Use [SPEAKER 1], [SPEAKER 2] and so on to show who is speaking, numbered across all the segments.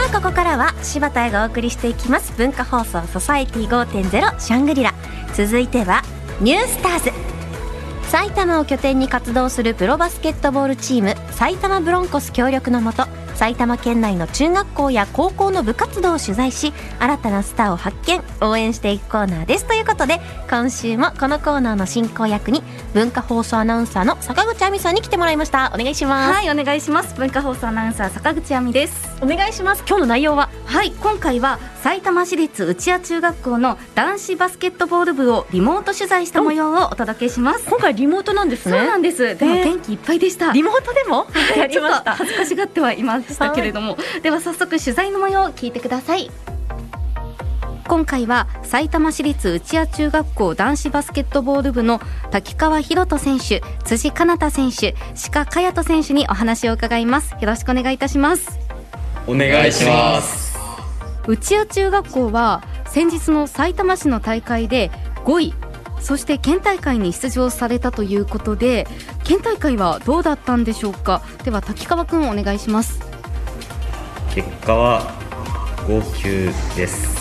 [SPEAKER 1] は柴田がお送りしていきます文化放送ソサエティ5.0シャングリラ続いてはニュースターズ埼玉を拠点に活動するプロバスケットボールチーム埼玉ブロンコス協力のもと埼玉県内の中学校や高校の部活動を取材し新たなスターを発見応援していくコーナーですということで今週もこのコーナーの進行役に文化放送アナウンサーの坂口亜美さんに来てもらいましたお願いします、
[SPEAKER 2] はい、お願いします。文化放送アナウンサー坂口亜美です。
[SPEAKER 1] お願いします今日の内容は
[SPEAKER 2] はい、今回は埼玉市立内谷中学校の男子バスケットボール部をリモート取材した模様をお届けします。
[SPEAKER 1] 今回リモートなんです
[SPEAKER 2] そうなんです。でも天気いっぱいで した。
[SPEAKER 1] リモートでもやり
[SPEAKER 2] ちょ
[SPEAKER 1] ま
[SPEAKER 2] っ
[SPEAKER 1] し
[SPEAKER 2] と
[SPEAKER 1] た
[SPEAKER 2] 恥ずかしがってはいましたけれども、では早速取材の模様を聞いてください今回は埼玉市立内谷中学校男子バスケットボール部の滝川博人選手辻かなた選手鹿佳也人選手にお話を伺いますよろしくお願いいたします
[SPEAKER 3] お願いします
[SPEAKER 2] 内谷中学校は先日の埼玉市の大会で5位そして県大会に出場されたということで県大会はどうだったんでしょうかでは滝川くんお願いします
[SPEAKER 3] 結果は号泣です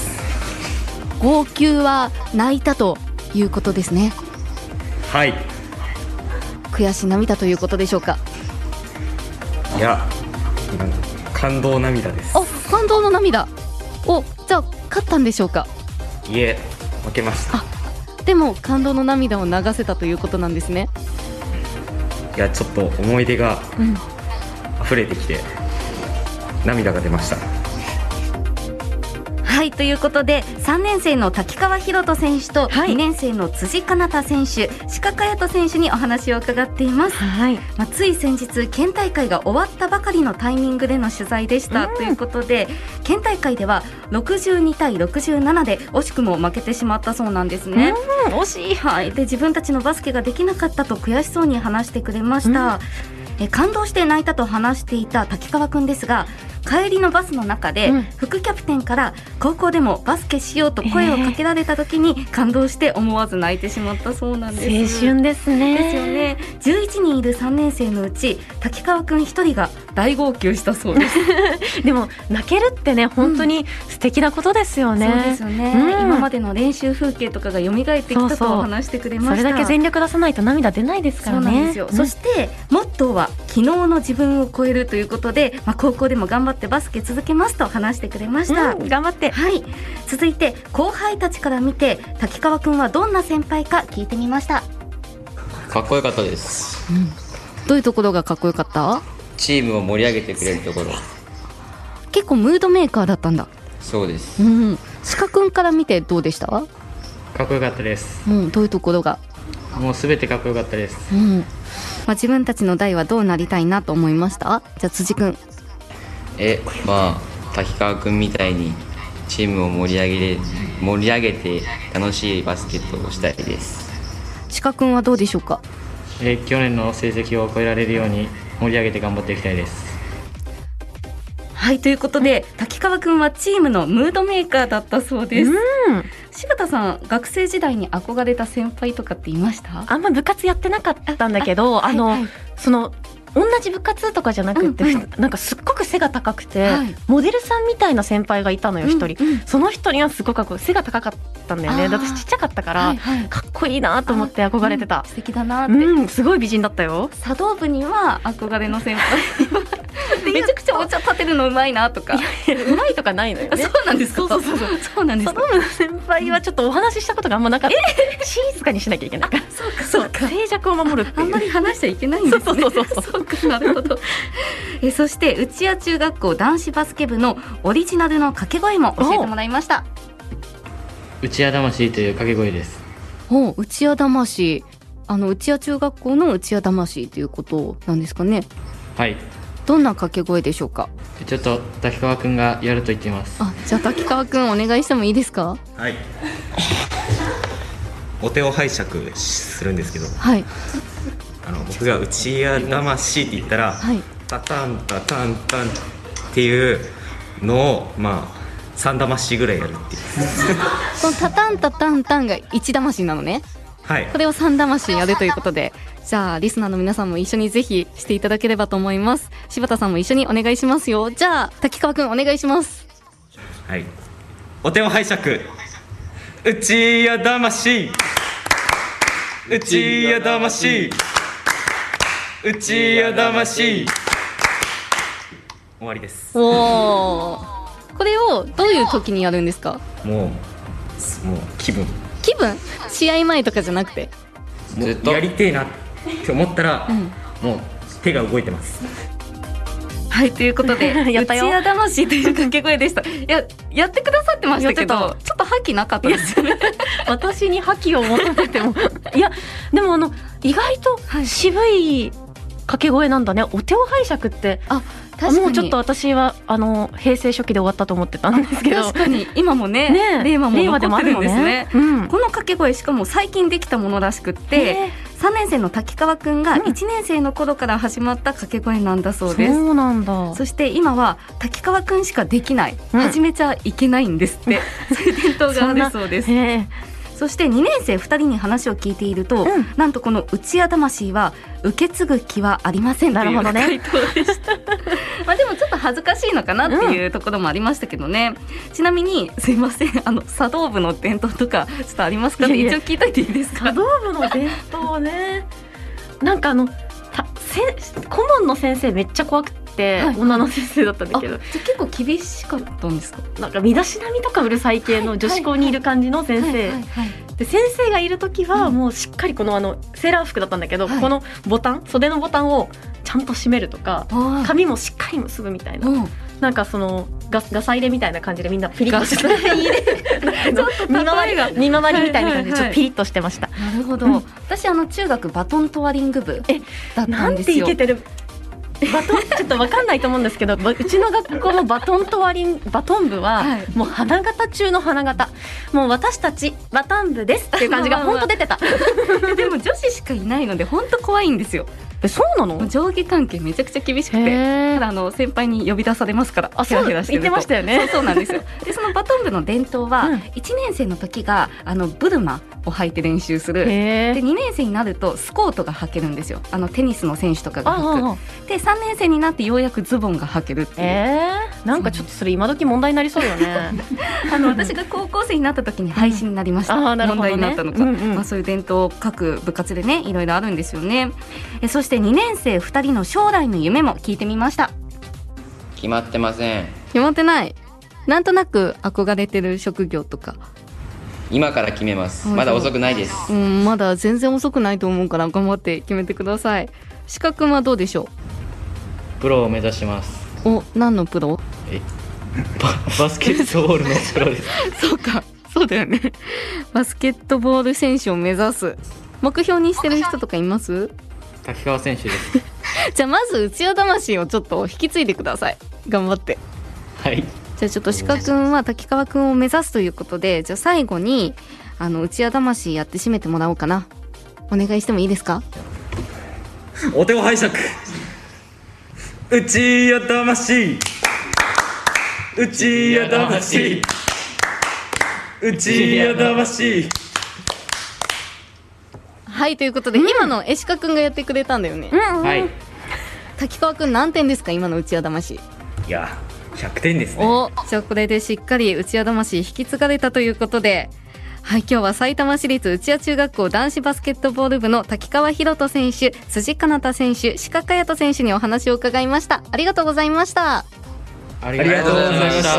[SPEAKER 2] 号泣は泣いたということですね
[SPEAKER 3] はい
[SPEAKER 2] 悔し涙ということでしょうか
[SPEAKER 3] いやなんか感動涙です
[SPEAKER 2] お感動の涙おじゃあ勝ったんでしょうか
[SPEAKER 3] いえ負けました
[SPEAKER 2] でも感動の涙を流せたということなんですね
[SPEAKER 3] いやちょっと思い出が
[SPEAKER 2] うん
[SPEAKER 3] 溢れてきて涙が出ました
[SPEAKER 2] はいということで3年生の滝川博人選手と
[SPEAKER 1] はい
[SPEAKER 2] 2年生の辻かなた選手、鹿賀人選手にお話を伺っています、
[SPEAKER 1] はい
[SPEAKER 2] まあ、つい先日県大会が終わったばかりのタイミングでの取材でした、
[SPEAKER 1] うん
[SPEAKER 2] ということで県大会では62対67で惜しくも負けてしまったそうなんですね、
[SPEAKER 1] 惜しい
[SPEAKER 2] はい、で自分たちのバスケができなかったと悔しそうに話してくれました、え感動して泣いたと話していた滝川くんですが帰りのバスの中で、
[SPEAKER 1] うん
[SPEAKER 2] 副キャプテンから高校でもバスケしようと声をかけられた時に感動して思わず泣いてしまったそうなんです
[SPEAKER 1] 青春ですね
[SPEAKER 2] ですよね11人いる3年生のうち滝川くん1人が大号泣したそうです
[SPEAKER 1] でも泣けるってね本当に素敵なことですよね、
[SPEAKER 2] そうですよね、
[SPEAKER 1] うん
[SPEAKER 2] 今までの練習風景とかが蘇ってき
[SPEAKER 1] そう
[SPEAKER 2] た
[SPEAKER 1] そう
[SPEAKER 2] と話してくれ
[SPEAKER 1] そ
[SPEAKER 2] ました
[SPEAKER 1] れだけ全力出さないと涙出ないですか
[SPEAKER 2] そ
[SPEAKER 1] ら
[SPEAKER 2] う
[SPEAKER 1] ね
[SPEAKER 2] なんですよ、
[SPEAKER 1] うん
[SPEAKER 2] そしてモットーは昨日の自分を超えるということで、まあ、高校でも頑張ってバスケ続けますと話してくれまし
[SPEAKER 1] う
[SPEAKER 2] た、
[SPEAKER 1] ん頑張って
[SPEAKER 2] はい続いて後輩たちから見て滝川くんはどんな先輩か聞いてみました
[SPEAKER 4] かっこよかったです
[SPEAKER 2] どういうところがかっこよかった
[SPEAKER 4] チームを盛り上げてくれるところ
[SPEAKER 2] 結構ムードメーカーだったんだ
[SPEAKER 4] そうです
[SPEAKER 2] うん鹿くんから見てどうでした
[SPEAKER 3] かっこよかったです
[SPEAKER 2] うんどういうところが
[SPEAKER 3] もうすべてかっこよかったです
[SPEAKER 2] うんまあ、自分たちの代はどうなりたいなと思いましたじゃあ辻くん
[SPEAKER 4] えまあ滝川君みたいにチームを盛り上げれ盛り上げて楽しいバスケットをしたいです
[SPEAKER 2] 鹿くんはどうでしょうか
[SPEAKER 3] え去年の成績を超えられるように盛り上げて頑張っていきたいです
[SPEAKER 2] はいということで滝川くんはチームのムードメーカーだったそうです、
[SPEAKER 1] うん
[SPEAKER 2] 柴田さん学生時代に憧れた先輩とかっていました
[SPEAKER 1] あんま部活やってなかったんだけどあの、
[SPEAKER 2] はいはい
[SPEAKER 1] その同じ部活とかじゃなくって、
[SPEAKER 2] うんう
[SPEAKER 1] なんかすっごく背が高くて、
[SPEAKER 2] はい
[SPEAKER 1] モデルさんみたいな先輩がいたのよ一人、
[SPEAKER 2] うんうん
[SPEAKER 1] その人にはすごくこう背が高かったんだよ
[SPEAKER 2] あ
[SPEAKER 1] ね
[SPEAKER 2] ー
[SPEAKER 1] だって私ちっちゃかったから、
[SPEAKER 2] はいはい
[SPEAKER 1] かっこいいなと思って憧れて
[SPEAKER 2] あう
[SPEAKER 1] た
[SPEAKER 2] ん素敵だなって、
[SPEAKER 1] うん、すごい美人だったよ
[SPEAKER 2] 茶道部には憧れの先 輩めちゃくちゃお茶立てるのうまいなとか
[SPEAKER 1] うまいとかない のよ
[SPEAKER 2] あ
[SPEAKER 1] ね
[SPEAKER 2] そうなんですか
[SPEAKER 1] そうそうそう
[SPEAKER 2] そうなんです
[SPEAKER 1] 佐
[SPEAKER 2] か
[SPEAKER 1] 藤先輩はちょっとお話ししたことがあんまなかった、静かにしなきゃいけないから
[SPEAKER 2] そうかそうか
[SPEAKER 1] 静寂を守るって
[SPEAKER 2] あ
[SPEAKER 1] いうん
[SPEAKER 2] まり話しちゃいけないんですね。
[SPEAKER 1] そうそうそうそう
[SPEAKER 2] かなるほど。えそして内谷中学校男子バスケ部のオリジナルの掛け声も教えてもらいました。
[SPEAKER 3] 内谷魂という掛け声です
[SPEAKER 2] お内谷魂あの内谷中学校の内谷魂ということなんですかね。
[SPEAKER 3] はい
[SPEAKER 2] どんな掛け声でしょうか。
[SPEAKER 3] ちょっと滝川くんがやると言っています
[SPEAKER 2] あじゃあ滝川くんお願いしてもいいですか。
[SPEAKER 5] はい。お手を拝借するんですけど、
[SPEAKER 2] はい
[SPEAKER 5] あの僕が内屋魂って言ったら、
[SPEAKER 2] はい。
[SPEAKER 5] タタンタタンタンっていうのをまあ三魂ぐらいやるっていう。
[SPEAKER 2] このタタンタタンタンが一魂なのね。
[SPEAKER 5] はい
[SPEAKER 2] こ。れを三魂やるということで、じゃあリスナーの皆さんも一緒にぜひしていただければと思います。柴田さんも一緒にお願いしますよ。じゃあ滝川くんお願いします。
[SPEAKER 5] はい。はいお手を拝借うちや魂うちや魂うちや魂終わりです
[SPEAKER 2] おおこれをどういう時にやるんですか
[SPEAKER 5] もうもう気分
[SPEAKER 2] 気分試合前とかじゃなくて
[SPEAKER 5] も
[SPEAKER 4] ずっと
[SPEAKER 5] うやりてえなって思ったら、もう手が動いてます
[SPEAKER 2] はいということで
[SPEAKER 1] や
[SPEAKER 2] う
[SPEAKER 1] った
[SPEAKER 2] ち
[SPEAKER 1] よ
[SPEAKER 2] や魂という掛け声でしたいややってくださってましたけど
[SPEAKER 1] やっ
[SPEAKER 2] ちょっと覇気なかったですよね
[SPEAKER 1] 私に覇気を求め てもいやでもあの意外と渋い掛け声なんだねお手を拝借ってもうちょっと私はあの平成初期で終わったと思ってたんですけど
[SPEAKER 2] 確かに今もね
[SPEAKER 1] ねえ
[SPEAKER 2] 令和も
[SPEAKER 1] 令和で
[SPEAKER 2] 残
[SPEAKER 1] も
[SPEAKER 2] っ
[SPEAKER 1] あ
[SPEAKER 2] て
[SPEAKER 1] る
[SPEAKER 2] るん
[SPEAKER 1] の
[SPEAKER 2] ですね
[SPEAKER 1] ねうん
[SPEAKER 2] この掛け声しかも最近できたものらしくって
[SPEAKER 1] へ
[SPEAKER 2] 3年生の滝川くんが
[SPEAKER 1] うん
[SPEAKER 2] 1年生の頃から始まった掛け声なんだそう
[SPEAKER 1] ー
[SPEAKER 2] です、
[SPEAKER 1] そうなんだ
[SPEAKER 2] そして今は滝川くんしかできない、
[SPEAKER 1] うん
[SPEAKER 2] 始めちゃいけないんですって、そういう伝統があるそうです
[SPEAKER 1] へえ
[SPEAKER 2] そして2年生2人に話を聞いていると、
[SPEAKER 1] うん
[SPEAKER 2] なんとこの「内屋魂」は受け継ぐ気はありませんと
[SPEAKER 1] なる
[SPEAKER 2] い
[SPEAKER 1] ほ
[SPEAKER 2] う
[SPEAKER 1] どね
[SPEAKER 2] 回答 でした、まあでもちょっと恥ずかしいのかなっていうところもありましたけどね、ちなみにすいませんあの茶道部の伝統とかちょっとありますかね
[SPEAKER 1] いやいや
[SPEAKER 2] 一応聞いといていいです
[SPEAKER 1] 茶
[SPEAKER 2] か
[SPEAKER 1] 道部の伝統ね なんかあのたせ顧問の先生めっちゃ怖くて、
[SPEAKER 2] はい
[SPEAKER 1] 女の先生だったんだ
[SPEAKER 2] あ
[SPEAKER 1] け
[SPEAKER 2] じゃ
[SPEAKER 1] ど
[SPEAKER 2] あ結構厳しかったんですか
[SPEAKER 1] なんか身だしなみとかうるさい系の女子校にいる感じの先生、
[SPEAKER 2] はいはい
[SPEAKER 1] で先生がいる時は
[SPEAKER 2] うん
[SPEAKER 1] もうしっかりこのあのセーラー服だったんだけど、
[SPEAKER 2] はい
[SPEAKER 1] このボタン袖のボタンをちゃんと閉めるとか
[SPEAKER 2] はい
[SPEAKER 1] 髪もしっかり結ぶみたいな、
[SPEAKER 2] うん
[SPEAKER 1] なんかそのガガサ入れみたいな感じでみんなピリッと して
[SPEAKER 2] ガサ入
[SPEAKER 1] れちょっと見回りが見回りみたいな感じでちょっとピリッとしてました、
[SPEAKER 2] なるほど、
[SPEAKER 1] うん
[SPEAKER 2] 私あの中学バトントワリング部
[SPEAKER 1] え
[SPEAKER 2] だった
[SPEAKER 1] なんん
[SPEAKER 2] で
[SPEAKER 1] て
[SPEAKER 2] す
[SPEAKER 1] い
[SPEAKER 2] よ
[SPEAKER 1] けてるバ トンちょっとわかんないと思うんですけどばうちの学校のバトンと割りバトン部は、
[SPEAKER 2] はい
[SPEAKER 1] もう花形中の花形もう私たちバトン部ですっていう感 じが本当出てた
[SPEAKER 2] でも女子しかいないので本当怖いんですよ
[SPEAKER 1] えそうなの
[SPEAKER 2] 上下関係めちゃくちゃ厳しくて
[SPEAKER 1] へ
[SPEAKER 2] た
[SPEAKER 1] ー
[SPEAKER 2] だあの先輩に呼び出されますから
[SPEAKER 1] あそう
[SPEAKER 2] ヘラヘラ
[SPEAKER 1] 言ってましたよ
[SPEAKER 2] そう
[SPEAKER 1] ね
[SPEAKER 2] そうなんですよでそのバトン部の伝統は、
[SPEAKER 1] うん
[SPEAKER 2] 1年生の時があのブルマを履いて練習する
[SPEAKER 1] へ
[SPEAKER 2] で
[SPEAKER 1] ー
[SPEAKER 2] 2年生になるとスコートが履けるんですよあのテニスの選手とかが履
[SPEAKER 1] ああ
[SPEAKER 2] くで3年生になってようやくズボンが履けるっていう、
[SPEAKER 1] えー、なんかちょっとそれ今時問題になりそうよ ね
[SPEAKER 2] あの私が高校生になった時に廃止になりました、
[SPEAKER 1] うんあーなるほ
[SPEAKER 2] 問
[SPEAKER 1] どね
[SPEAKER 2] 題になったのか、
[SPEAKER 1] うんうん
[SPEAKER 2] まあ、そういう伝統各部活でねいろいろあるんですよねえそして2年生2人の将来の夢も聞いてみました
[SPEAKER 4] 決まってません
[SPEAKER 2] 決まってないなんとなく憧れてる職業とか
[SPEAKER 4] 今から決めます
[SPEAKER 2] うん
[SPEAKER 4] まだ遅くないです
[SPEAKER 2] うんまだ全然遅くないと思うから頑張って決めてください資格はどうでしょ
[SPEAKER 3] プロを目指します
[SPEAKER 2] うお何のプロ
[SPEAKER 3] ババスケットボールのプロです
[SPEAKER 2] そうかそうだよねバスケットボール選手を目指す目標にしてる人とかいます
[SPEAKER 3] 滝川選手です
[SPEAKER 2] じゃあまず内輪魂をちょっと引き継いでください頑張って
[SPEAKER 3] はい
[SPEAKER 2] じゃあちょっと鹿くんは滝川くんを目指すということでじゃあ最後にあの内輪魂やって締めてもらおうかなお願いしてもいいですか
[SPEAKER 5] お手を拝借うちや魂うちや魂うちや魂
[SPEAKER 2] はいということで、今のエシカくんがやってくれたんだよね、
[SPEAKER 3] はい
[SPEAKER 2] 滝川くん何点ですか今の内輪魂
[SPEAKER 5] いや100点ですね
[SPEAKER 2] おじゃあこれでしっかり内輪魂引き継がれたということではい今日は埼玉市立内輪中学校男子バスケットボール部の滝川博人選手辻かなた選手鹿かやと選手にお話を伺いましたありがとうございました
[SPEAKER 3] あ
[SPEAKER 5] ありがとうございまし
[SPEAKER 3] りがとうござい
[SPEAKER 5] た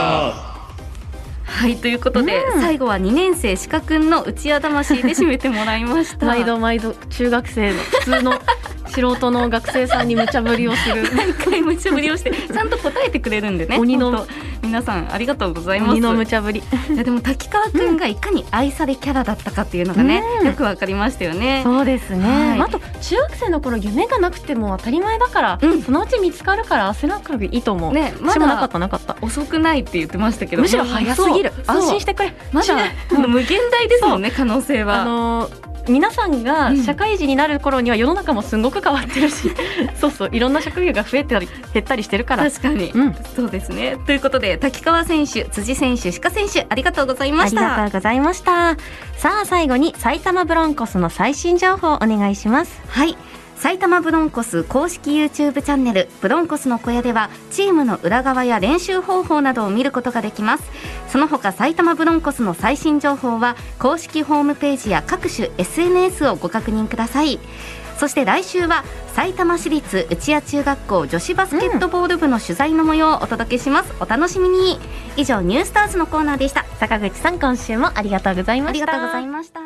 [SPEAKER 2] はいということで、最後は2年生鹿くんの内輪魂で締めてもらいま した
[SPEAKER 1] 毎度毎度中学生の普通の素人の学生さんに無茶ぶりをする
[SPEAKER 2] 毎回無茶ぶりをしてちゃんと答えてくれるんでね
[SPEAKER 1] 鬼の
[SPEAKER 2] 本当皆さ んありがとうございます
[SPEAKER 1] 鬼の無茶ぶり
[SPEAKER 2] いやでも滝川くんがいかに愛されキャラだったかっていうのがね、よくわかりましたよね
[SPEAKER 1] そうですね、
[SPEAKER 2] はい
[SPEAKER 1] まああと中学生の頃夢がなくても当たり前だから、
[SPEAKER 2] うん
[SPEAKER 1] そのうち見つかるから焦らなくていいと思う、
[SPEAKER 2] ねまだ
[SPEAKER 1] 私もなかったなかった
[SPEAKER 2] 遅くないって言ってましたけど
[SPEAKER 1] むしろ早すぎる
[SPEAKER 2] そう
[SPEAKER 1] 安心してくれ
[SPEAKER 2] まだあの無限大ですもんね可能性
[SPEAKER 1] あ
[SPEAKER 2] は
[SPEAKER 1] のー皆さんが社会人になる頃には世の中もすごく変わってるし、 そうそういろんな職業が増えたり減ったりしてるから
[SPEAKER 2] 確かに、
[SPEAKER 1] うん
[SPEAKER 2] そうですねということで滝川選手辻選手鹿選手ありがとうございました
[SPEAKER 1] ありがとうございましたさあ最後に埼玉ブロンコスの最新情報をお願いします
[SPEAKER 2] はい。埼玉ブロンコス公式 YouTube チャンネル「ブロンコスの小屋」ではチームの裏側や練習方法などを見ることができますその他埼玉ブロンコスの最新情報は公式ホームページや各種 SNS をご確認くださいそして来週は埼玉市立内谷中学校女子バスケットボール部の取材の模様をお届けします、お楽しみに以上ニュースターズのコーナーでした
[SPEAKER 1] 坂口さん今週もありがとうござい
[SPEAKER 2] あ
[SPEAKER 1] ま
[SPEAKER 2] り
[SPEAKER 1] し
[SPEAKER 2] がとうござ
[SPEAKER 1] た
[SPEAKER 2] いました